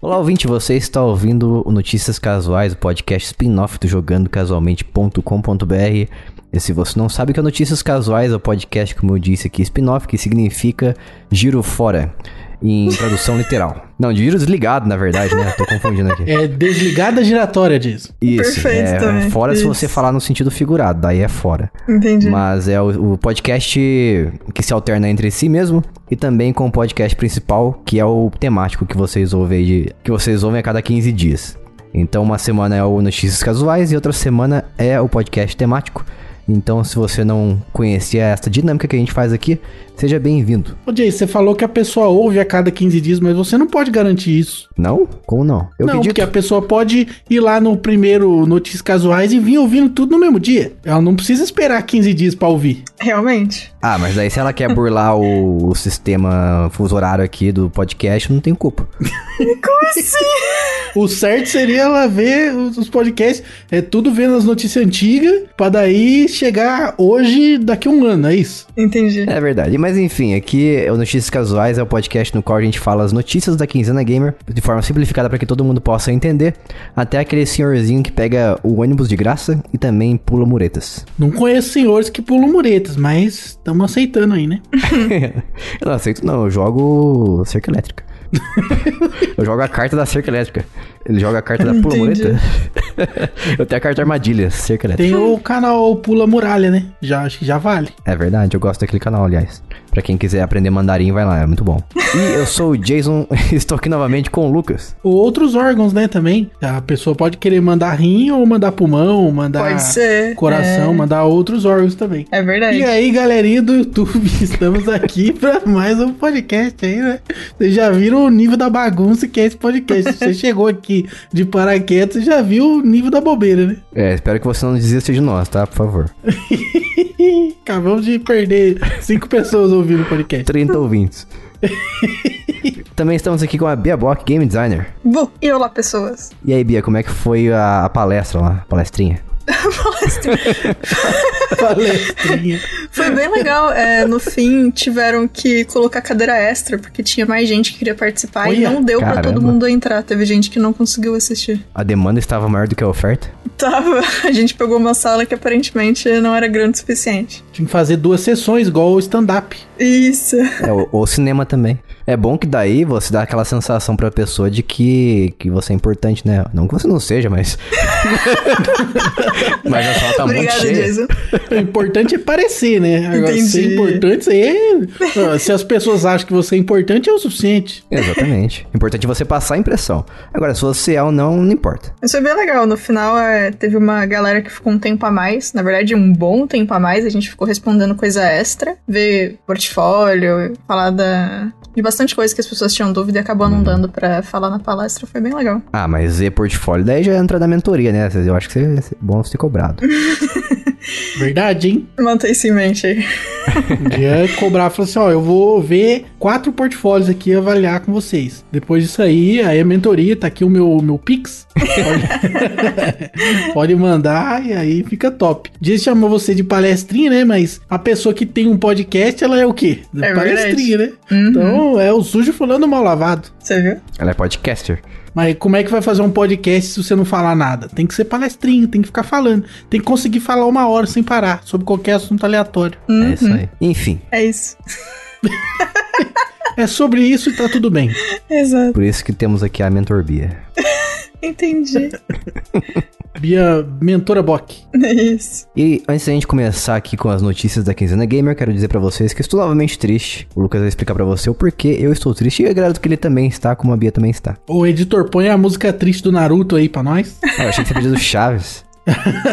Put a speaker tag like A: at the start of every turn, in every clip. A: Olá, ouvinte, você está ouvindo o Notícias Casuais, o podcast spin-off do jogandocasualmente.com.br. E se você não sabe o que é Notícias Casuais, é o podcast, como eu disse aqui, spin-off, que significa giro fora, em tradução literal. Não, giro desligado, na verdade, né? Tô confundindo aqui.
B: É desligada giratória disso.
A: Isso,
C: Perfeito
A: é,
C: também.
A: Fora se
C: Isso.
A: você falar no sentido figurado, daí é fora.
C: Entendi.
A: Mas é o, o podcast que se alterna entre si mesmo e também com o podcast principal, que é o temático que vocês ouvem aí de, que vocês ouvem a cada 15 dias. Então uma semana é o Notícias Casuais e outra semana é o podcast temático. Então se você não conhecia essa dinâmica que a gente faz aqui, seja bem-vindo.
B: Ô, Jay, você falou que a pessoa ouve a cada 15 dias, mas você não pode garantir isso.
A: Não? Como não? Eu
B: não,
A: acredito.
B: porque a pessoa pode ir lá no primeiro Notícias Casuais e vir ouvindo tudo no mesmo dia. Ela não precisa esperar 15 dias pra ouvir.
C: Realmente.
B: é-
A: Ah, mas aí se ela quer burlar o, o sistema fuso horário aqui do podcast, não tem culpa.
B: O certo seria ela ver os os podcasts, é tudo vendo as notícias antigas, pra daí chegar hoje, daqui a um ano, é isso?
C: Entendi.
A: É verdade, mas enfim, aqui é o Notícias Casuais é o podcast no qual a gente fala as notícias da quinzena gamer de forma simplificada para que todo mundo possa entender, até aquele senhorzinho que pega o ônibus de graça e também pula muretas.
B: Não conheço senhores que pulam muretas, mas estamos aceitando aí, né?
A: eu não aceito não, eu jogo cerca elétrica. eu jogo a carta da cerca elétrica. Ele joga a carta da pula
C: Entendi.
A: mureta. eu tenho a carta armadilha, cerca elétrica.
B: Tem o canal Pula Muralha, né? Já, acho que já vale.
A: É verdade, eu gosto daquele canal, aliás. Pra quem quiser aprender mandarim, vai lá, é muito bom. E eu sou o Jason, estou aqui novamente com o Lucas.
B: Ou outros órgãos, né, também. A pessoa pode querer mandar rim ou mandar pulmão, mandar
C: Pode ser.
B: coração, mandar outros órgãos também.
C: É verdade.
B: E aí, galerinha do YouTube, estamos aqui para mais um podcast aí, né? Vocês já viram o nível da bagunça que é esse podcast. Se você chegou aqui de paraquedas, você já viu o nível da bobeira, né?
A: É, espero que você não desista de nós, tá? Por favor.
B: Acabamos de perder cinco pessoas ouvindo o podcast.
A: 30 ouvintes. Também estamos aqui com a Bia Block, game designer.
C: Bu- E olá, pessoas.
A: E aí, Bia, como é que foi a, a palestra lá? A palestrinha?
B: Palestrinha.
C: Foi bem legal. É, no fim, tiveram que colocar cadeira extra, porque tinha mais gente que queria participar e
B: Olha,
C: não deu pra
A: caramba.
C: todo mundo entrar. Teve gente que não conseguiu assistir.
A: A demanda estava maior do que a oferta?
C: Tava. A gente pegou uma sala que aparentemente não era grande o suficiente.
B: Tinha que fazer duas sessões, igual o stand-up.
C: Isso.
A: É, ou, ou cinema também. É bom que daí você dá aquela sensação pra pessoa de que, que você é importante, né? Não que você não seja, mas... mas a sala tá muito
C: Obrigada,
A: cheia.
C: Jason.
B: O importante é parecer, né? Agora,
C: Entendi.
B: ser importante, isso aí é... Ah, se as pessoas acham que você é importante, é o suficiente.
A: Exatamente. Importante é você passar a impressão. Agora, se você é ou não, não importa.
C: Mas foi é bem legal. No final, é, teve uma galera que ficou um tempo a mais. Na verdade, um bom tempo a mais. A gente ficou respondendo coisa extra. Ver portfólio, falar da... de bastante coisa que as pessoas tinham dúvida e acabou não dando pra falar na palestra. Foi bem legal.
A: Ah, mas e portfólio daí já entra na mentoria, né? Eu acho que é bom ser cobrado.
B: Verdade, hein?
C: Mantém isso em mente aí.
B: Um dia cobrar, falar assim, ó, eu vou ver quatro portfólios aqui e avaliar com vocês. Depois disso aí, aí a mentoria, tá aqui o meu, meu Pix. Pode, Pode mandar e aí fica top. Diz chamou você de palestrinha, né? Mas a pessoa que tem um podcast, ela é o quê?
C: É
B: palestrinha, né? Então é o sujo falando mal lavado.
C: Você viu?
A: Ela Uhum. é podcaster.
B: Mas como é que vai fazer um podcast se você não falar nada? Tem que ser palestrinho, tem que ficar falando. Tem que conseguir falar uma hora sem parar, sobre qualquer assunto aleatório.
A: É isso aí. Enfim,
C: Uhum. É isso.
B: É sobre isso e tá tudo bem.
C: Exato.
A: por isso que temos aqui a Mentor Bia.
C: Entendi.
B: Bia Mentora Bock.
C: É isso.
A: E antes da gente começar aqui com as notícias da Quinzena Gamer, quero dizer pra vocês que eu estou novamente triste. O Lucas vai explicar pra você o porquê eu estou triste e eu agradeço que ele também está, como a Bia também está.
B: O editor, põe a música triste do Naruto aí pra nós.
A: Ah, eu achei que você pediu do Chaves.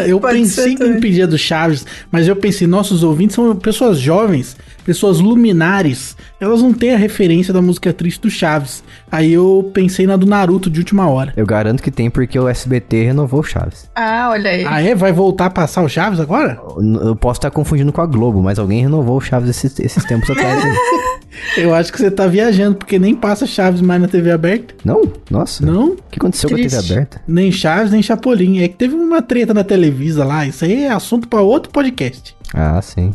B: Eu
C: Pode
B: pensei
C: ser
B: que me
C: também.
B: pedia do Chaves, mas eu pensei, nossos ouvintes são pessoas jovens, pessoas luminares. Elas não têm a referência da música triste do Chaves. Aí eu pensei na do Naruto de última hora.
A: Eu garanto que tem porque o SBT renovou o Chaves.
C: Ah, olha aí.
B: Ah é? Vai voltar a passar o Chaves agora?
A: Eu eu posso estar confundindo com a Globo, mas alguém renovou o Chaves esses, esses tempos atrás. aí.
B: Eu acho que você tá viajando, porque nem passa Chaves mais na TV aberta.
A: Não? Nossa.
B: Não?
A: O que aconteceu com a
C: Triste.
A: TV aberta?
B: Nem Chaves, nem Chapolin. É que teve uma treta na Televisa lá. Isso aí é assunto pra outro podcast.
A: Ah, sim.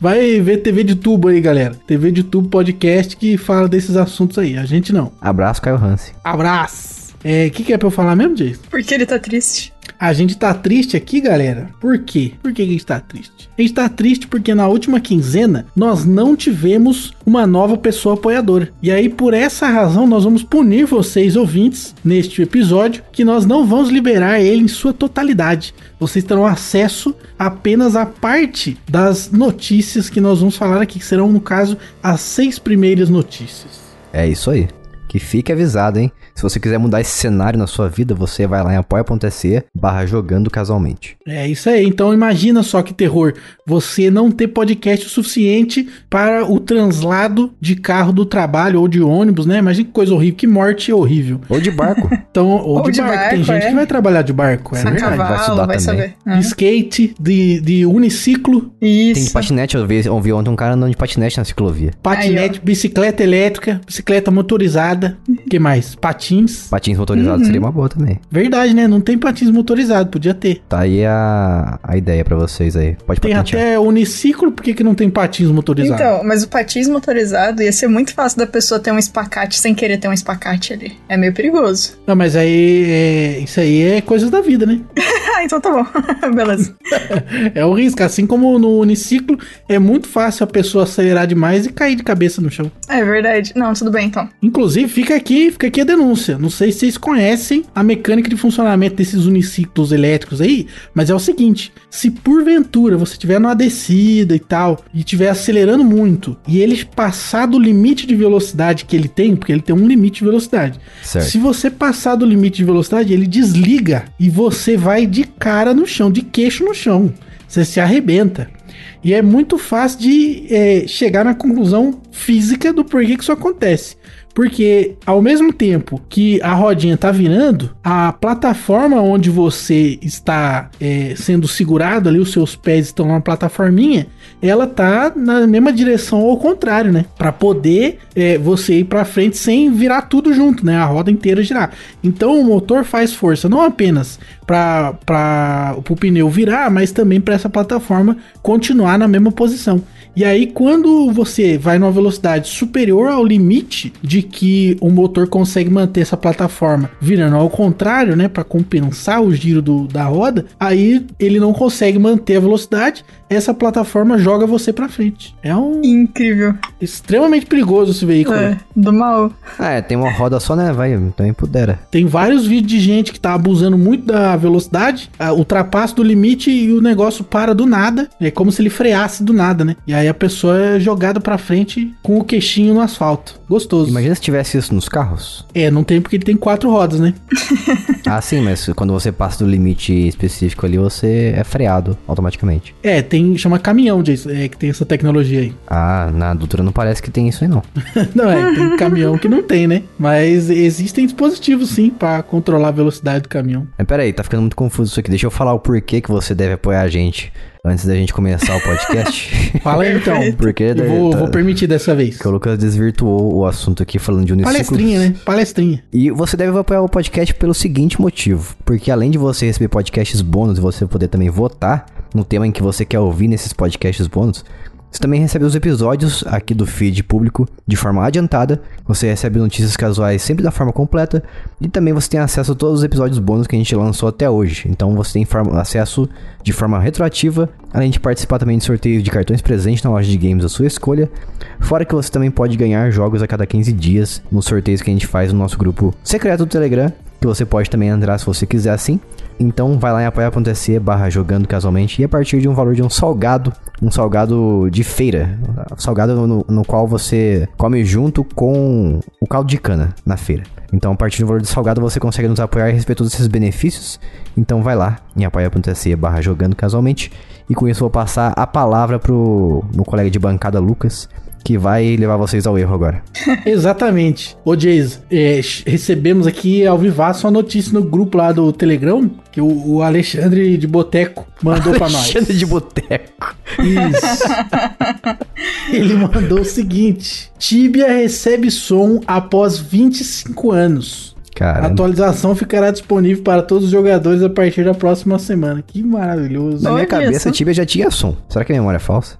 B: Vai ver TV de tubo aí, galera. TV de tubo podcast que fala desses assuntos aí. A gente não.
A: Abraço, Caio Hansen.
B: Abraço! É, o que, que é pra eu falar mesmo, Jason?
C: Porque ele tá triste.
B: A gente tá triste aqui, galera. Por quê? Por que que a gente tá triste? A gente tá triste porque na última quinzena nós não tivemos uma nova pessoa apoiadora. E aí, por essa razão, nós vamos punir vocês, ouvintes, neste episódio, que nós não vamos liberar ele em sua totalidade. Vocês terão acesso apenas à parte das notícias que nós vamos falar aqui, que serão, no caso, as seis primeiras notícias.
A: É isso aí. Que fique avisado, hein? Se você quiser mudar esse cenário na sua vida, você vai lá em apoia.se barra jogando casualmente.
B: É isso aí. Então imagina só que terror você não ter podcast o suficiente para o translado de carro do trabalho ou de ônibus, né? Imagina que coisa horrível, que morte horrível.
A: Ou de barco.
B: Então, ou,
C: Ou
B: de,
C: de
B: barco. Tem
C: barco,
B: gente
C: é.
B: que vai trabalhar de barco, é.
A: Sim.
C: a
B: né?
A: verdade, vai
C: cavalo,
A: estudar
C: vai, saber.
A: também.
C: Ah,
B: Skate, de, de uniciclo,
A: Tem
C: Isso.
A: de patinete, eu vi, eu vi ontem um cara andando de patinete na ciclovia.
B: patinete, bicicleta elétrica, bicicleta motorizada, que mais? Patins.
A: Patins
B: Uhum.
A: motorizados seria uma boa também.
B: Verdade, né? Não tem patins motorizado, podia ter.
A: Tá aí a, a ideia pra vocês aí. Pode
B: Tem
A: patentear.
B: até uniciclo, por que, que não tem patins motorizados?
C: Então, mas o patins motorizado ia ser muito fácil da pessoa ter um espacate sem querer ter um espacate ali. É meio perigoso.
B: Não, mas aí é, isso aí é coisas da vida, né?
C: Ah, então tá bom. Beleza.
B: É o risco. Assim como no uniciclo, é muito fácil a pessoa acelerar demais e cair de cabeça no chão.
C: É verdade. Não, tudo bem então.
B: Inclusive, fica aqui, fica aqui a denúncia. Não sei se vocês conhecem a mecânica de funcionamento desses uniciclos elétricos aí, mas é o seguinte: se porventura você estiver numa descida e tal, e estiver acelerando muito, e ele passar do limite de velocidade que ele tem, porque ele tem um limite de velocidade.
A: Certo.
B: Se você passar do limite de velocidade, ele desliga e você vai de cara no chão, de queixo no chão. Você se arrebenta. E é muito fácil de é, chegar na conclusão física do porquê que isso acontece. Porque ao mesmo tempo que a rodinha tá virando, a plataforma onde você está é, sendo segurado ali, os seus pés estão na plataforminha, ela tá na mesma direção ao contrário, né? Pra poder é, você ir pra frente sem virar tudo junto, né? A roda inteira girar. Então o motor faz força não apenas para para o pneu virar, mas também para essa plataforma continuar na mesma posição. E aí quando você vai numa velocidade superior ao limite de que o motor consegue manter essa plataforma virando ao contrário, né, para compensar o giro do, da roda, aí ele não consegue manter a velocidade, essa plataforma joga você para frente. É um
C: Incrível.
B: extremamente perigoso esse veículo.
C: É, do mal.
A: Ah, é, tem uma roda só, né? Vai, também pudera.
B: Tem vários vídeos de gente que tá abusando muito da velocidade, a- ultrapassa do limite e o negócio para do nada. É como se ele freasse do nada, né? E aí a pessoa é jogada pra frente com o queixinho no asfalto. Gostoso.
A: Imagina se tivesse isso nos carros.
B: É, não tem porque ele tem quatro rodas, né?
A: Ah, sim, mas quando você passa do limite específico ali, você é freado automaticamente.
B: É, tem. Chama caminhão, Jason, é, que tem essa tecnologia aí.
A: Ah, na doutora não parece que tem isso aí, não.
B: Não, é, tem caminhão que não tem, né? Mas existem dispositivos sim pra controlar a velocidade do caminhão.
A: Mas peraí, tá ficando muito confuso isso aqui. Deixa eu falar o porquê que você deve apoiar a gente antes da gente começar o podcast.
B: Fala aí então.
A: Porque
B: Eu vou, vou permitir dessa vez.
A: tá- que o Lucas desvirtuou o assunto aqui falando de uniciclos.
B: Palestrinha, né? Palestrinha.
A: E você deve apoiar o podcast pelo seguinte motivo, porque além de você receber podcasts bônus e você poder também votar no tema em que você quer ouvir nesses podcasts bônus, você também recebe os episódios aqui do feed público de forma adiantada, você recebe notícias casuais sempre da forma completa e também você tem acesso a todos os episódios bônus que a gente lançou até hoje. Então você tem forma- acesso de forma retroativa, além de participar também de sorteios de cartões presentes na loja de games da sua escolha, Fora que você também pode ganhar jogos a cada 15 dias nos sorteios que a gente faz no nosso grupo secreto do Telegram, que você pode também entrar se você quiser assim. Então vai lá em apoia.se barra jogando casualmente e a partir de um valor de um salgado, um salgado de feira, salgado no, no qual você come junto com o caldo de cana na feira. Então a partir do valor de salgado você consegue nos apoiar e receber todos esses benefícios. Então vai lá em apoia.se barra jogando casualmente e com isso eu vou passar a palavra pro meu colega de bancada Lucas, que vai levar vocês ao erro agora.
B: Exatamente. Ô, Jason, é, ch- recebemos aqui ao vivaço uma notícia no grupo lá do Telegram que o, o Alexandre de Boteco mandou pra nós.
A: Alexandre de Boteco.
B: Isso. Ele mandou o seguinte: Tibia recebe som após 25 anos. A
A: Cara,
B: atualização ficará disponível para todos os jogadores a partir da próxima semana. Que maravilhoso. né,
A: na minha
C: Olha
A: cabeça,
C: isso.
A: a Tibia já tinha som. Será que a memória é falsa?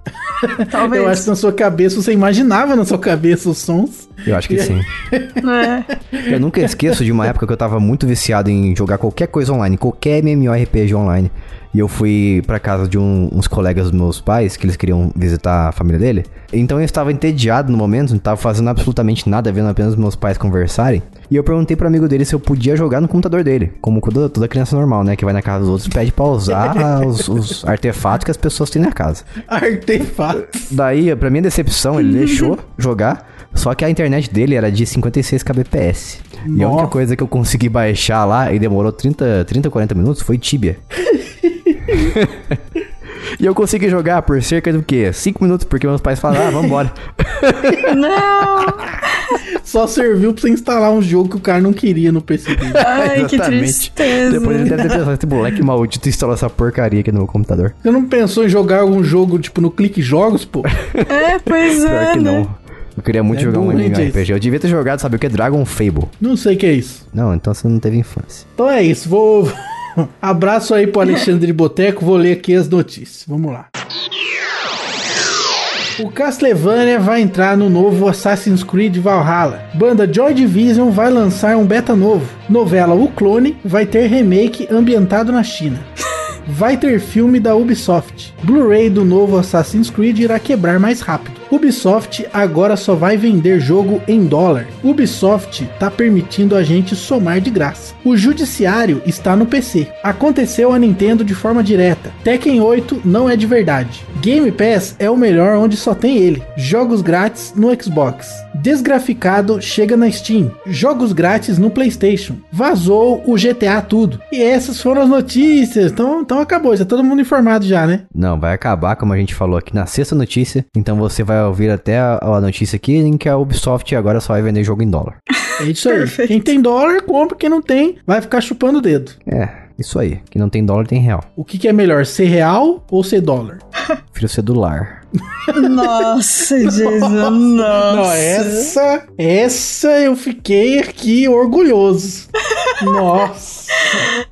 C: Talvez.
B: Eu acho que na sua cabeça, você imaginava na sua cabeça os sons.
A: Eu acho que sim.
C: É.
A: Eu nunca esqueço de uma época que eu tava muito viciado em jogar qualquer coisa online, qualquer MMORPG online. E eu fui pra casa de um- uns colegas dos meus pais, que eles queriam visitar a família dele. Então eu estava entediado no momento, não tava fazendo absolutamente nada, vendo apenas meus pais conversarem. E eu perguntei pro amigo dele se eu podia jogar no computador dele. Como toda, toda criança normal, né? Que vai na casa dos outros e pede pra usar os, os artefatos que as pessoas têm na casa.
B: Artefato.
A: Daí, pra minha decepção, ele deixou jogar. Só que a internet dele era de 56 kbps. E a única
B: Nossa.
A: coisa que eu consegui baixar lá e demorou 30, 30 40 minutos foi Tibia. e eu consegui jogar por cerca do quê? 5 minutos, porque meus pais falaram, ah, vambora.
C: Não!
B: Só serviu pra você instalar um jogo que o cara não queria no PC dele.
C: Ai, que
A: Exatamente.
C: tristeza.
A: Depois ele deve ter pensado, esse moleque maldito instalou essa porcaria aqui no meu computador.
B: Você não pensou em jogar algum jogo, tipo, no Clique Jogos, pô?
C: É, pois
A: Pior
C: é.
A: que
C: né?
A: não. Eu queria muito
B: É
A: jogar um
B: bom, hein,
A: MMORPG. Eu devia ter jogado, sabe o que? Dragon Fable.
B: Não sei o que é isso.
A: Não, então você não teve infância.
B: Então é isso, vou... Abraço aí pro Alexandre de Boteco, vou ler aqui as notícias. Vamos lá. O Castlevania vai entrar no novo Assassin's Creed Valhalla. Banda Joy Division vai lançar um beta novo. Novela O Clone vai ter remake ambientado na China. Vai ter filme da Ubisoft. Blu-ray do novo Assassin's Creed irá quebrar mais rápido. Ubisoft agora só vai vender jogo em dólar. Ubisoft tá permitindo a gente somar de graça. O judiciário está no PC. Aconteceu a Nintendo de forma direta. Tekken 8 não é de verdade. Game Pass é o melhor onde só tem ele. Jogos grátis no Xbox. Desgraficado chega na Steam. Jogos grátis no PlayStation. Vazou o GTA tudo. E essas foram as notícias. Então, então acabou, já todo mundo informado já, né?
A: Não, vai acabar, como a gente falou aqui na sexta notícia. Então você vai ouvir até a, a notícia aqui em que a Ubisoft agora só vai vender jogo em dólar.
B: É isso aí.
C: Perfeito.
B: Quem tem dólar, compra. Quem não tem, vai ficar chupando o dedo.
A: É, isso aí. Que não tem dólar, tem real.
B: O que, que é melhor, ser real ou ser dólar?
A: Filho é celular.
C: Nossa, Jesus, nossa.
B: Não, é essa, essa eu fiquei aqui orgulhoso. Nossa,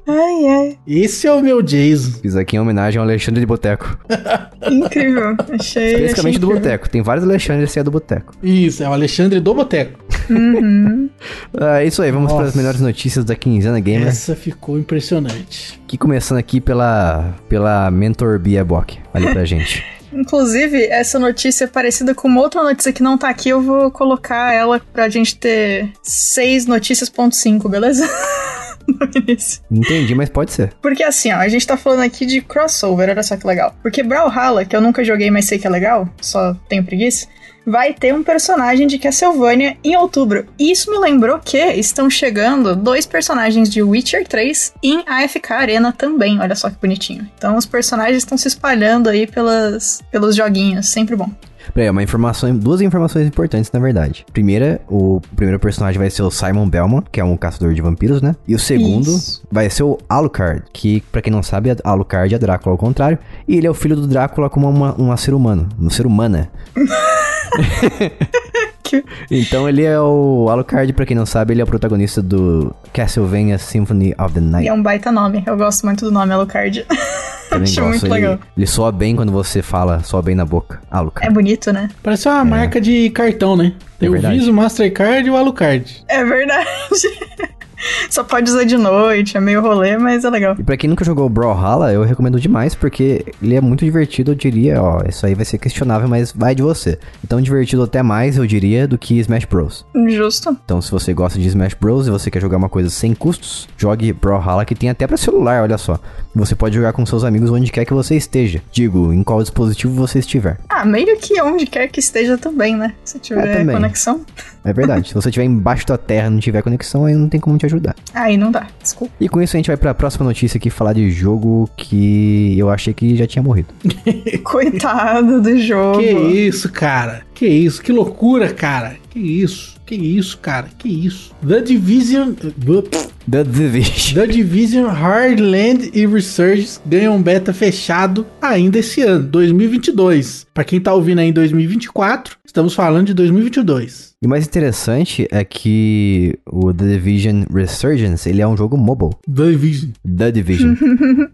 C: Ai, ai.
B: esse é o meu Jason.
A: Fiz aqui em homenagem ao Alexandre de Boteco.
C: Incrível. Achei.
A: Principalmente
C: achei
A: do
C: incrível.
A: Boteco. Tem vários Alexandres esse é do Boteco.
B: Isso, é o Alexandre do Boteco.
C: Uhum.
A: É isso aí, vamos
B: Nossa. É.
A: para as melhores notícias da quinzena gamer.
B: Essa ficou impressionante.
A: Que começando aqui pela, pela Mentor Bia Bock. Olha pra gente.
C: Inclusive, essa notícia é parecida com uma outra notícia que não tá aqui. Eu vou colocar ela pra gente ter seis notícias ponto cinco, beleza? no início.
A: Entendi, mas pode ser.
C: Porque assim, ó, a gente tá falando aqui de crossover, olha só que legal. Porque Brawlhalla, que eu nunca joguei, mas sei que é legal, só tenho preguiça, vai ter um personagem de Castlevania em outubro. E isso me lembrou que estão chegando dois personagens de Witcher 3 em AFK Arena também, olha só que bonitinho. Então os personagens estão se espalhando aí pelas, pelos joguinhos, sempre bom.
A: Peraí, é uma informação, duas informações importantes, na verdade. Primeira, o primeiro personagem vai ser o Simon Belmont, que é um caçador de vampiros, né? E o segundo
C: Isso.
A: vai ser o Alucard, que, pra quem não sabe, é- Alucard é Drácula ao contrário. E ele é o filho do Drácula como uma, uma ser humano, um ser humana.
C: Que-
A: Então ele é o Alucard, pra quem não sabe, ele é o protagonista do Castlevania Symphony of the Night.
C: E é um baita nome, eu gosto muito do nome Alucard.
A: Também
C: acho
A: gosto,
C: muito
A: ele,
C: legal.
A: Ele soa bem quando você fala, soa bem na boca.
C: É
A: Alucard.
C: bonito, né?
B: Parece uma marca de cartão, né? Tem
A: É
B: o
A: verdade.
B: Visa, o Mastercard e o Alucard.
C: É verdade. Só pode usar de noite, é meio rolê, mas é legal.
A: E pra quem nunca jogou Brawlhalla, eu recomendo demais, porque ele é muito divertido, eu diria, ó, isso aí vai ser questionável, mas vai de você. Então divertido até mais, eu diria, do que Smash Bros.
C: Justo.
A: Então se você gosta de Smash Bros e você quer jogar uma coisa sem custos, jogue Brawlhalla, que tem até pra celular, olha só. Você pode jogar com seus amigos onde quer que você esteja. Digo, em qual dispositivo você estiver.
B: É,
C: Ah, meio que onde quer que esteja também, né? Se tiver
A: também.
C: conexão.
A: É verdade. Se você estiver embaixo da terra e não tiver conexão, aí não tem como te ajudar.
C: Aí não dá, desculpa.
A: E com isso a gente vai pra próxima notícia aqui falar de jogo que eu achei que já tinha morrido.
C: Coitado do jogo.
B: Que isso, cara. Que isso, que loucura, cara. Que isso, que isso, cara. Que isso. The Division.
A: The Division.
B: The Division Hardland e Resurgence ganham um beta fechado ainda esse ano, 2022. Pra quem tá ouvindo aí em 2024, estamos falando de 2022.
A: E o mais interessante é que o The Division Resurgence, ele é um jogo mobile.
B: The Division.
A: The Division.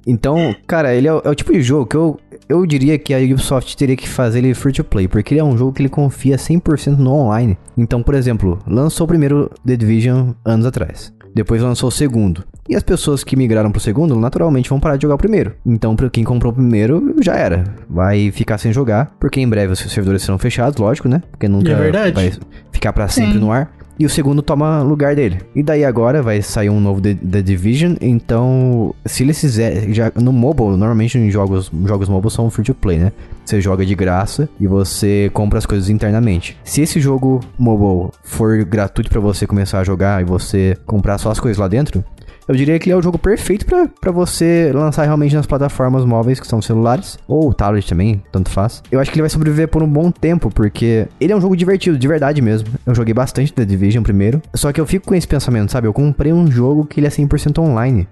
A: então, cara, ele é o, é o tipo de jogo que eu, eu diria que a Ubisoft teria que fazer ele free to play, porque ele é um jogo que ele confia 100% no online. Então, por exemplo, lançou o primeiro The Division anos atrás. Depois lançou o segundo. E as pessoas que migraram pro segundo, naturalmente, vão parar de jogar o primeiro. Então, pra quem comprou o primeiro, já era. Vai ficar sem jogar, porque em breve os servidores serão fechados, lógico, né? Porque nunca
B: É verdade.
A: vai ficar pra sempre
C: Sim.
A: no ar. E o segundo toma lugar dele. E daí agora vai sair um novo The, The Division. Então, se eles fizerem. Já, no mobile, normalmente em jogos, jogos mobile são free to play, né? Você joga de graça e você compra as coisas internamente. Se esse jogo mobile for gratuito pra você começar a jogar e você comprar só as coisas lá dentro, eu diria que ele é o jogo perfeito pra- pra você lançar realmente nas plataformas móveis que são celulares ou tablet também, tanto faz. Eu acho que ele vai sobreviver por um bom tempo porque ele é um jogo divertido, de verdade mesmo. Eu joguei bastante The Division primeiro, só que eu fico com esse pensamento, sabe? Eu comprei um jogo que ele é 100% online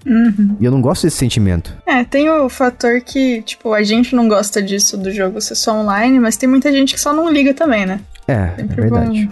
A: e eu não gosto desse sentimento.
C: É, tem o fator que, tipo, a gente não gosta disso do jogo ser só online, mas tem muita gente que só não liga também, né?
A: É, é
C: Sempre
A: verdade.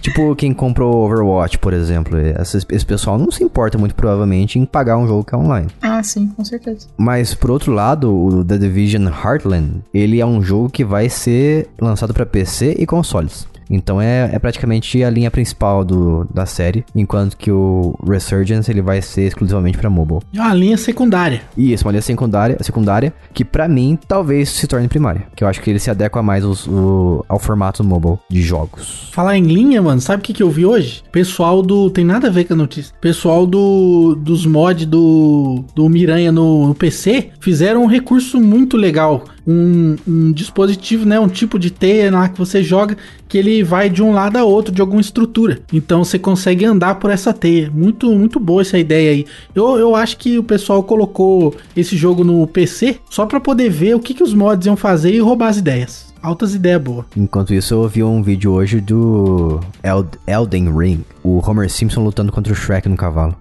A: tipo, quem comprou Overwatch, por exemplo, esse, esse pessoal não se importa muito provavelmente em pagar um jogo que é online.
C: Ah, sim, com certeza.
A: Mas por outro lado, o The Division Heartland, ele é um jogo que vai ser lançado pra PC e consoles. Então é, é praticamente a linha principal do, da série, enquanto que o Resurgence ele vai ser exclusivamente pra mobile.
B: É uma linha secundária.
A: E isso, uma linha secundária, secundária que pra mim talvez se torne primária, que eu acho que ele se adequa mais aos- o- ao formato mobile de jogos.
B: Falar em linha, mano, sabe o que, que eu vi hoje? Pessoal do. Tem nada a ver com a notícia. Pessoal do. Dos mods do. Do Miranha no, no PC fizeram um recurso muito legal. Um, um dispositivo, né? Um tipo de teia lá que você joga que ele vai de um lado a outro de alguma estrutura. Então você consegue andar por essa teia. Muito, muito boa essa ideia aí. Eu, eu acho que o pessoal colocou esse jogo no PC só pra poder ver o que, que os mods iam fazer e roubar as ideias. Altas ideias boas.
A: Enquanto isso, eu vi um vídeo hoje do Eld- Elden Ring, o Homer Simpson lutando contra o Shrek no cavalo.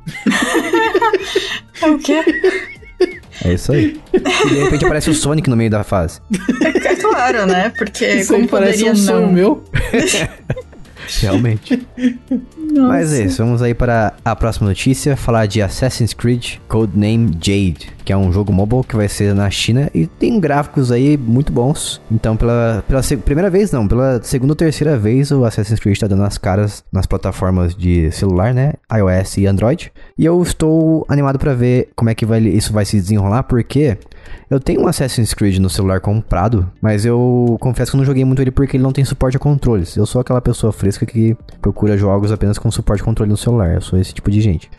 C: É o quê?
A: É isso aí. e de repente aparece o Sonic no meio da fase.
C: É claro, né? Porque
B: Isso aí
C: como
B: parece
C: poderia
B: um sonho
C: não?
B: meu.
A: Realmente. Mas é isso, vamos aí para a próxima notícia, falar de Assassin's Creed Codename Jade, que é um jogo mobile que vai ser na China e tem gráficos aí muito bons. Então, pela, pela se- primeira vez não, pela segunda ou terceira vez o Assassin's Creed está dando as caras nas plataformas de celular, né, iOS e Android. E eu estou animado para ver como é que vai, isso vai se desenrolar, porque eu tenho um Assassin's Creed no celular comprado, mas eu confesso que eu não joguei muito ele porque ele não tem suporte a controles. Eu sou aquela pessoa fresca que procura jogos apenas com suporte a controle no celular. Eu sou esse tipo de gente.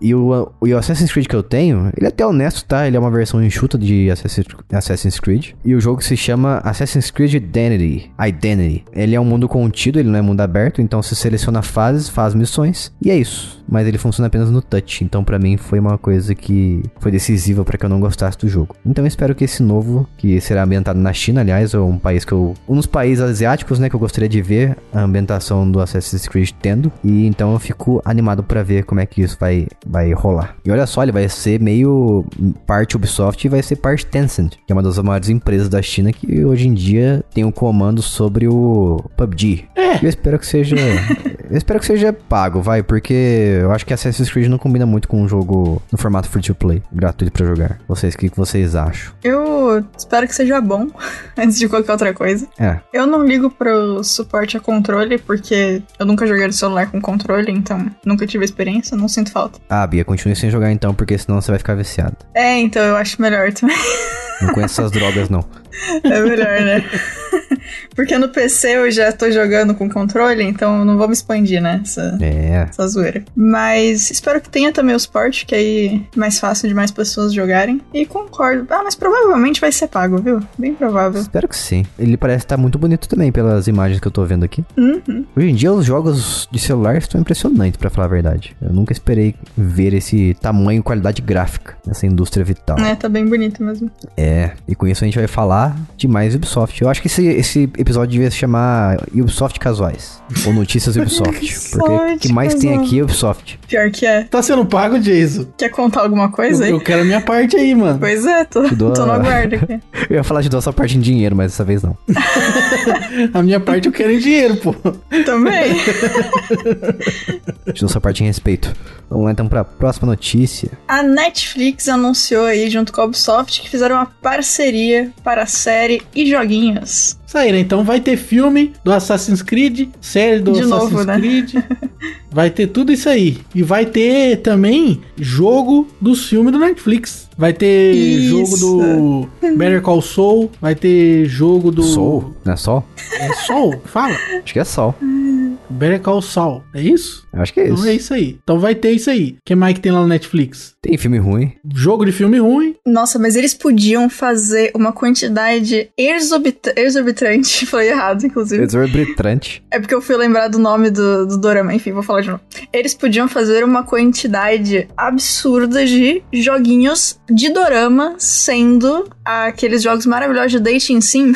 A: e, o, e o Assassin's Creed que eu tenho, ele é até honesto, tá? Ele é uma versão enxuta de Assassin's- Assassin's Creed. E o jogo se chama Assassin's Creed Identity. Identity. Ele é um mundo contido, ele não é mundo aberto, então você seleciona fases, faz missões, e é isso. Mas ele funciona apenas no touch, então pra mim foi uma coisa que foi decisiva pra que eu não gostasse do jogo. Então eu espero que esse novo, que será ambientado na China, aliás, é um país que eu. Um dos países asiáticos, né, que eu gostaria de ver a ambientação do Assassin's Creed tendo. E então eu fico animado pra ver como é que isso vai, vai rolar. E olha só, ele vai ser meio parte Ubisoft e vai ser parte Tencent, que é uma das maiores empresas da China que hoje em dia tem o comando sobre o PUBG.
B: É.
A: Eu espero que seja. eu espero que seja pago, vai, porque eu acho que Assassin's Creed não combina muito com um jogo no formato free to play, gratuito pra jogar. Vocês, o que que vocês acham?
C: Eu espero que seja bom, antes de qualquer outra coisa.
A: É,
C: Eu não ligo pro suporte a controle, porque eu nunca joguei no celular com controle, então nunca tive experiência, não sinto falta.
A: ah, Bia, continue sem jogar então, porque senão você vai ficar viciado.
C: É, então eu acho melhor também.
A: Não conheço essas drogas, não.
C: É melhor, né? Porque no PC eu já tô jogando com controle, então eu não vou me expandir nessa
A: É.
C: essa zoeira. Mas espero que tenha também o suporte, que aí é mais fácil de mais pessoas jogarem. E concordo. Ah, mas provavelmente vai ser pago, viu? Bem provável.
A: Espero que sim. Ele parece estar muito bonito também pelas imagens que eu tô vendo aqui.
C: Uhum.
A: Hoje em dia os jogos de celular estão impressionantes, pra falar a verdade. Eu nunca esperei ver esse tamanho e qualidade gráfica nessa indústria vital.
C: É, tá bem bonito mesmo.
A: É, e com isso a gente vai falar de mais Ubisoft. Eu acho que esse, esse episódio devia se chamar Ubisoft Casuais. Ou Notícias Ubisoft. porque o que mais tem aqui é Ubisoft.
C: Pior que é.
B: Tá sendo pago, Jason?
C: Quer contar alguma coisa
B: Eu,
C: aí?
B: eu quero a minha parte aí, mano.
C: Pois é, tô,
A: Te dou
C: tô no
A: a-
C: aguardo aqui.
A: Eu ia falar de doar só parte em dinheiro, mas dessa vez não.
B: A minha parte eu quero em dinheiro, pô.
C: Também.
A: De nossa parte em respeito. Vamos lá então pra próxima notícia.
C: A Netflix anunciou aí, junto com a Ubisoft, que fizeram uma parceria para a série e joguinhos.
B: Isso aí, né? Então vai ter filme do Assassin's Creed, série do
C: De
B: Assassin's
C: novo, né?
B: Creed. Vai ter tudo isso aí. E vai ter também jogo dos filmes do Netflix. Vai ter
C: Isso.
B: jogo do Better Call Saul. Vai ter jogo do.
A: Sol? Não é sol?
B: É Saul? Fala.
A: Acho que é sol.
B: Better Call Saul. É isso?
A: Eu acho que é isso.
B: Então é isso aí. Então vai ter isso aí. O que mais que tem lá no Netflix?
A: Tem filme ruim.
B: Jogo de filme ruim.
C: Nossa, mas eles podiam fazer uma quantidade exorbita- exorbitante. Falei errado,
A: É
C: inclusive.
A: Exorbitante.
C: É porque eu fui lembrar do nome do, do Dorama, enfim, vou falar de novo. Eles podiam fazer uma quantidade absurda de joguinhos de Dorama, sendo aqueles jogos maravilhosos de Dating Sim.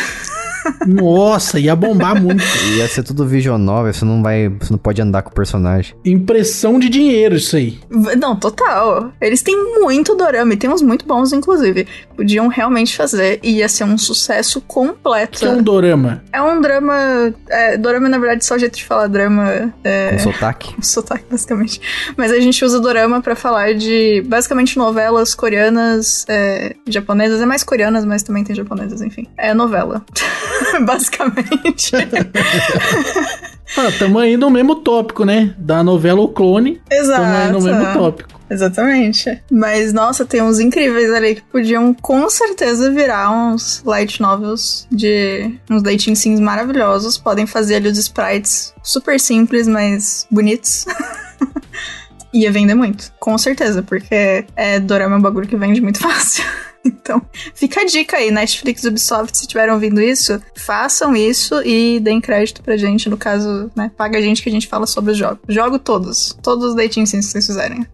B: Nossa, ia bombar muito.
A: Ia ser tudo vision novel, você não vai. Você não pode andar com o personagem.
B: Impressão de dinheiro isso aí.
C: V- Não, total. Eles têm muito Dorama e tem uns muito bons, inclusive. Podiam realmente fazer e ia ser um sucesso
B: O
C: completo.
B: que é um dorama?
C: É um drama. é, dorama, na verdade, só o jeito de falar drama. É,
A: Com sotaque.
C: um sotaque, basicamente. Mas a gente usa dorama pra falar de, basicamente, novelas coreanas, é, japonesas. É mais coreanas, mas também tem japonesas, enfim. É novela, basicamente.
B: Ah, tamo aí no mesmo tópico, né? Da novela O Clone. Tamo aí
C: Exato.
B: no mesmo tópico.
C: Exatamente. Mas, nossa, tem uns incríveis ali que podiam, com certeza, virar uns light novels de uns dating sims maravilhosos. Podem fazer ali os sprites super simples, mas bonitos. Ia vender muito, com certeza, porque é, dorama é um bagulho que vende muito fácil. Então, fica a dica aí, Netflix, Ubisoft, se estiveram ouvindo isso, façam isso e deem crédito pra gente, no caso, né, paga a gente que a gente fala sobre os jogos. Jogo todos, todos os dating sims que vocês fizerem.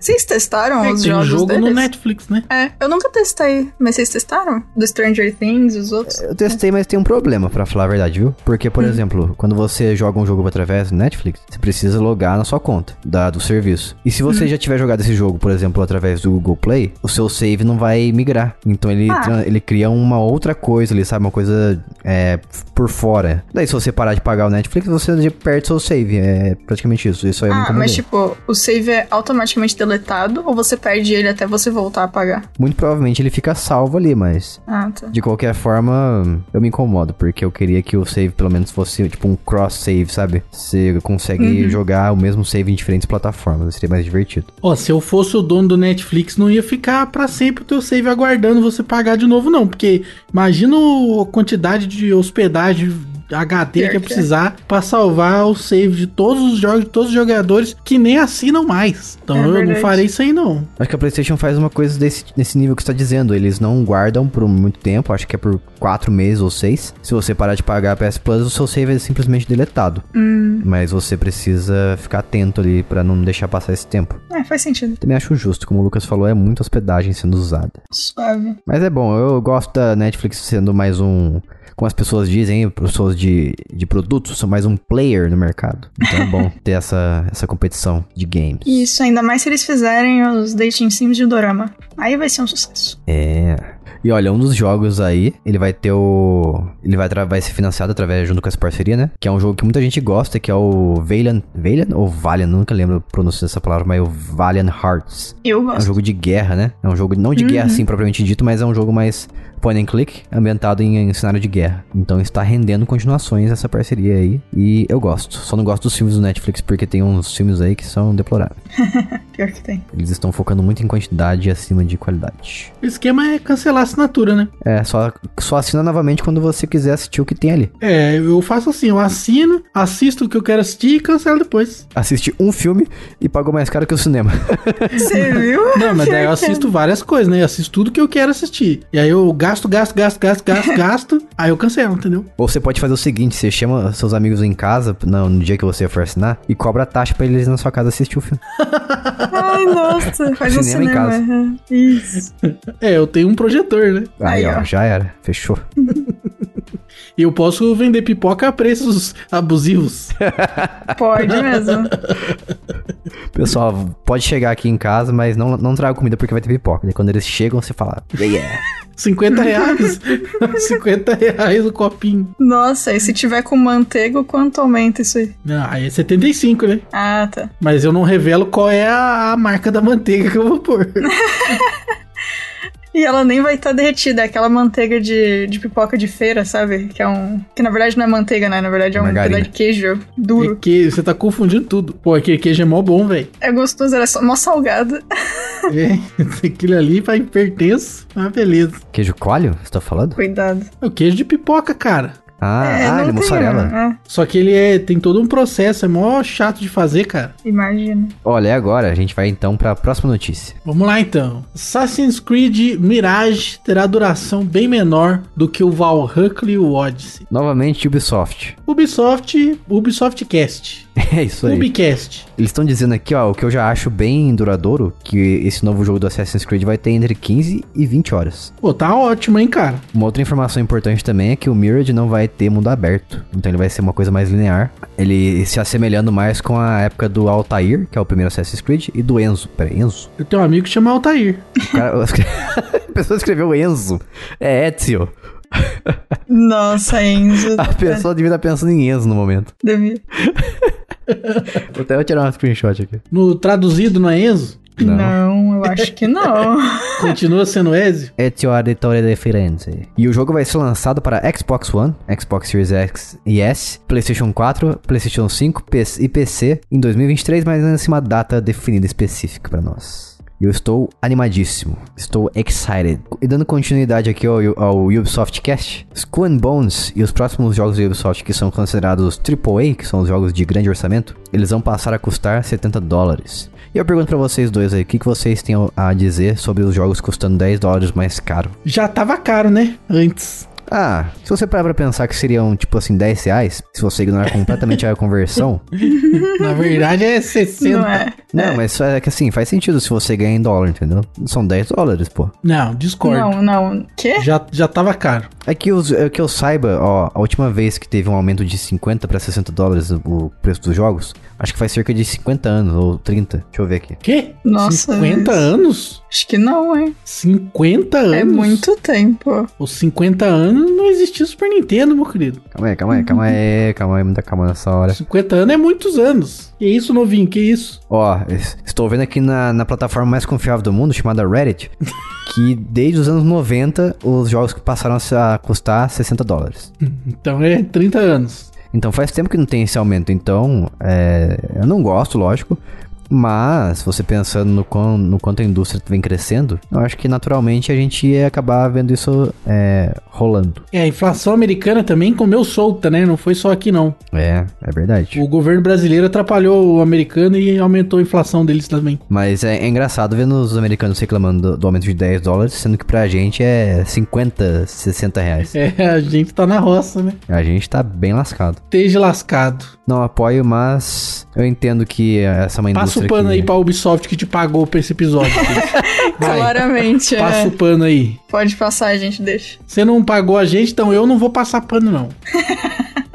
C: vocês testaram
B: É,
C: os
B: tem
C: jogos
B: jogo
C: deles?
B: no Netflix, né?
C: É, eu nunca testei, mas vocês testaram? Do Stranger Things, os outros?
A: Eu testei, mas tem um problema, pra falar a verdade, viu? Porque, por
C: Hum.
A: exemplo, quando você joga um jogo através do Netflix, você precisa logar na sua conta da, do serviço. E se
C: Hum.
A: você já tiver jogado esse jogo, por exemplo, através do Google Play, o seu save não vai migrar. Então ele,
C: Ah.
A: tra- ele cria uma outra coisa ali, sabe? Uma coisa é, f- por fora. Daí, se você parar de pagar o Netflix, você já perde seu save. É praticamente isso. Isso aí é
C: Ah,
A: muito
C: mas tipo, o save é automaticamente deletado ou você perde ele até você voltar a pagar?
A: Muito provavelmente ele fica salvo ali, mas.
C: Ah, tá.
A: De qualquer forma, eu me incomodo, porque eu queria que o save pelo menos fosse tipo um cross-save, sabe? Você consegue jogar o mesmo save em diferentes plataformas, seria mais divertido.
B: Ó, se eu fosse o dono do Netflix, não ia ficar pra sempre o teu save aguardando você pagar de novo, não. Porque imagina o- a quantidade de hospedagem HD
C: Pior
B: que ia
C: que é.
B: precisar pra salvar o save de todos os jogos, de todos os jogadores que nem assinam mais. Então
C: É
B: eu não
C: verdade.
B: farei isso aí, não.
A: Acho que a PlayStation faz uma coisa desse, nesse nível que você tá dizendo. Eles não guardam por muito tempo, acho que é por 4 meses ou 6. Se você parar de pagar a PS Plus, o seu save é simplesmente deletado. Mas você precisa ficar atento ali pra não deixar passar esse tempo.
C: É, faz sentido.
A: Também acho justo, como o Lucas falou, é muita hospedagem sendo usada.
C: Suave.
A: Mas é bom, eu gosto da Netflix sendo mais um. Como as pessoas dizem, pessoas de, de produtos são mais um player no mercado. Então é bom ter essa, essa competição de games.
C: E isso, ainda mais se eles fizerem os dating sims de Dorama. Aí vai ser um sucesso.
A: É. E olha, um dos jogos aí, ele vai ter o. Ele vai, tra- vai ser financiado através junto com essa parceria, né? Que é um jogo que muita gente gosta, que é o Valiant. Valiant ou Valiant? Nunca lembro a pronúncia dessa palavra, mas é o Valiant Hearts.
C: Eu
A: É um
C: gosto.
A: jogo de guerra, né? É um jogo não de guerra, assim, propriamente dito, mas é um jogo mais point and click, ambientado em, em cenário de guerra. Então está rendendo continuações essa parceria aí. E eu gosto. Só não gosto dos filmes do Netflix, porque tem uns filmes aí que são deploráveis.
C: Pior que tem.
A: Eles estão focando muito em quantidade acima de qualidade.
B: O esquema é cancelar a assinatura, né?
A: É, só, só assina novamente quando você quiser assistir o que tem ali.
B: É, eu faço assim, eu assino, assisto o que eu quero assistir e cancelo depois.
A: Assiste um filme e pagou mais caro que o cinema.
C: Você viu?
B: Não, mas daí eu assisto várias coisas, né? Eu assisto tudo que eu quero assistir. E aí eu gasto, gasto, gasto, gasto, gasto, gasto. Aí eu cancelo, entendeu?
A: Ou você pode fazer o seguinte: você chama seus amigos em casa no, no dia que você for assinar e cobra a taxa pra eles na sua casa assistir o filme.
C: Ai, nossa. Faz um
A: Cinema em
C: cinema.
A: casa.
C: aham. Isso.
B: É, eu tenho um projetor, né?
A: Aí,
C: Aí,
A: ó,
C: ó.
A: já era. Fechou.
B: E eu posso vender pipoca a preços abusivos.
C: Pode mesmo.
A: Pessoal, pode chegar aqui em casa, mas não, não traga comida porque vai ter pipoca. Daí Quando eles chegam, você fala. Yeah, yeah.
B: 50 reais. 50 reais o copinho.
C: Nossa, e se tiver com manteiga, o quanto aumenta isso aí?
B: Não, aí é 75, né?
C: Ah, tá.
B: Mas eu não revelo qual é a, a marca da manteiga que eu vou pôr.
C: E ela nem vai estar derretida, é aquela manteiga de, de pipoca de feira, sabe? Que é um. Que na verdade não é manteiga, né? Na verdade é um
A: Margarina.
C: pedaço de queijo
B: É
C: duro.
B: que você tá confundindo tudo. Pô, aquele queijo é mó bom, velho.
C: É gostoso, ela é só mó salgada.
B: É, aquilo ali vai hipertenso. Ah, beleza.
A: Queijo coalho? Você tá falando?
C: Cuidado.
B: É o queijo de pipoca, cara.
A: Ah,
C: é,
A: ah
C: não
A: ele é
C: tem,
A: mussarela.
C: né?
B: Só que ele é, tem todo um processo, é mó chato de fazer, cara.
C: É, imagina.
A: Olha, e agora a gente vai então pra próxima notícia.
B: Vamos lá então. Assassin's Creed Mirage terá duração bem menor do que o Valhalla e o Odyssey.
A: Novamente, Ubisoft.
B: Ubisoft, Ubisoft Cast.
A: É isso aí.
B: Ubicast.
A: Eles estão dizendo aqui, ó, o que eu já acho bem duradouro, que esse novo jogo do Assassin's Creed vai ter entre 15 e 20 horas.
B: Pô, tá ótimo, hein, cara.
A: Uma outra informação importante também é que o Mirage não vai ter mundo aberto, então ele vai ser uma coisa mais linear. Ele se assemelhando mais com a época do Altair, que é o primeiro Assassin's Creed, e do Enzo. Pera, Enzo?
B: Eu tenho um amigo que chama Altair.
A: O cara, a pessoa escreveu Enzo. É Ezio.
C: Nossa, Enzo.
A: A pessoa devia estar pensando em Enzo no momento.
C: Deve...
A: Vou até tirar uma screenshot aqui.
B: No traduzido não é Enzo?
A: Não.
C: Não. eu acho que não.
B: Continua sendo Ezio?
A: Ezio Auditore é de Firenze. E o jogo vai ser lançado para Xbox One, Xbox Series X e S, PlayStation 4, PlayStation 5 PS e PC em 2023, mas não é uma data definida específica para nós. Eu estou animadíssimo, estou excited. E dando continuidade aqui ao, ao Ubisoft Cast, Skull and Bones e os próximos jogos do Ubisoft que são considerados AAA, que são os jogos de grande orçamento, eles vão passar a custar 70 dólares. E eu pergunto pra vocês dois aí, o que, que vocês têm a dizer sobre os jogos custando 10 dólares mais caro?
B: Já tava caro, né? Antes.
A: Ah, se você parar pra pensar que seriam, tipo assim, 10 reais, se você ignorar completamente a conversão...
B: Na verdade é 60.
C: não é.
A: Não, mas é que assim, faz sentido se você ganha em dólar, entendeu? São 10 dólares, pô.
B: Não, discordo.
C: Não, não. Quê?
B: Já, já tava caro.
A: É que, os, é que eu saiba, ó, a última vez que teve um aumento de 50 pra 60 dólares o- o preço dos jogos, acho que faz cerca de 50 anos, ou 30, deixa eu ver aqui.
B: Quê?
C: Nossa,
B: 50
C: Deus.
B: anos?
C: Acho que não, hein?
B: 50 anos?
C: É muito tempo.
B: Os 50 anos não existia Super Nintendo, meu querido.
A: Calma aí, calma aí, calma aí, calma aí, muita calma nessa hora.
B: 50 anos é muitos anos. Que isso, novinho? Que isso?
A: Ó, es- estou vendo aqui na, na plataforma mais confiável do mundo, chamada Reddit, que desde os anos 90 os jogos que passaram a se- a custar 60 dólares.
B: Então é 30 anos.
A: Então faz tempo que não tem esse aumento, então é, eu não gosto, lógico. Mas, você pensando no, quão- no quanto a indústria vem crescendo, eu acho que naturalmente a gente ia acabar vendo isso é, rolando.
B: É, a inflação americana também comeu solta, né? Não foi só aqui, não.
A: É, é verdade.
B: O governo brasileiro atrapalhou o americano e aumentou a inflação deles também.
A: Mas é, é engraçado vendo os americanos reclamando do, do aumento de 10 dólares, sendo que pra gente é 50, 60 reais.
B: É, a gente tá na roça, né?
A: A gente tá bem lascado.
B: Esteja lascado.
A: Não apoio, mas eu entendo que essa é uma
B: Passa
A: indústria
B: o pano
A: que...
B: aí pra Ubisoft que te pagou pra esse episódio. Cris. Vai,
C: Claramente, é.
B: Passa o pano aí.
C: Pode passar, gente, deixa.
B: Você não pagou a gente, então eu não vou passar pano, não.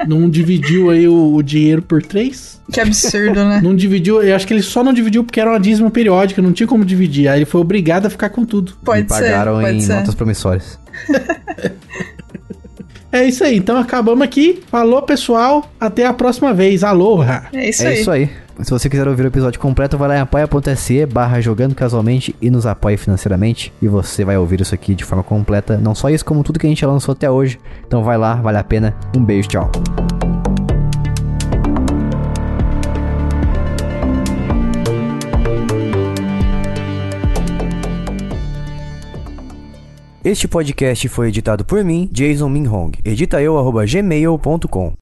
B: não dividiu aí o, o dinheiro por três?
C: Que absurdo, né?
B: Não dividiu, eu acho que ele só não dividiu porque era uma dízima periódica, não tinha como dividir. Aí ele foi obrigado a ficar com tudo.
A: me
C: Pode ser.
A: pagaram
C: Pode
A: em
C: ser.
A: notas promissórias.
B: É isso aí, então acabamos aqui. Falou, pessoal. Até a próxima vez. Aloha!
C: É isso
A: é
C: aí.
A: isso aí. Se você quiser ouvir o episódio completo, vai lá em apoia.se barra jogando casualmente e nos apoie financeiramente. E você vai ouvir isso aqui de forma completa. Não só isso, como tudo que a gente já lançou até hoje. Então vai lá, vale a pena. Um beijo, tchau. Este podcast foi editado por mim, Jason Minhong. Edita eu, arroba gmail.com.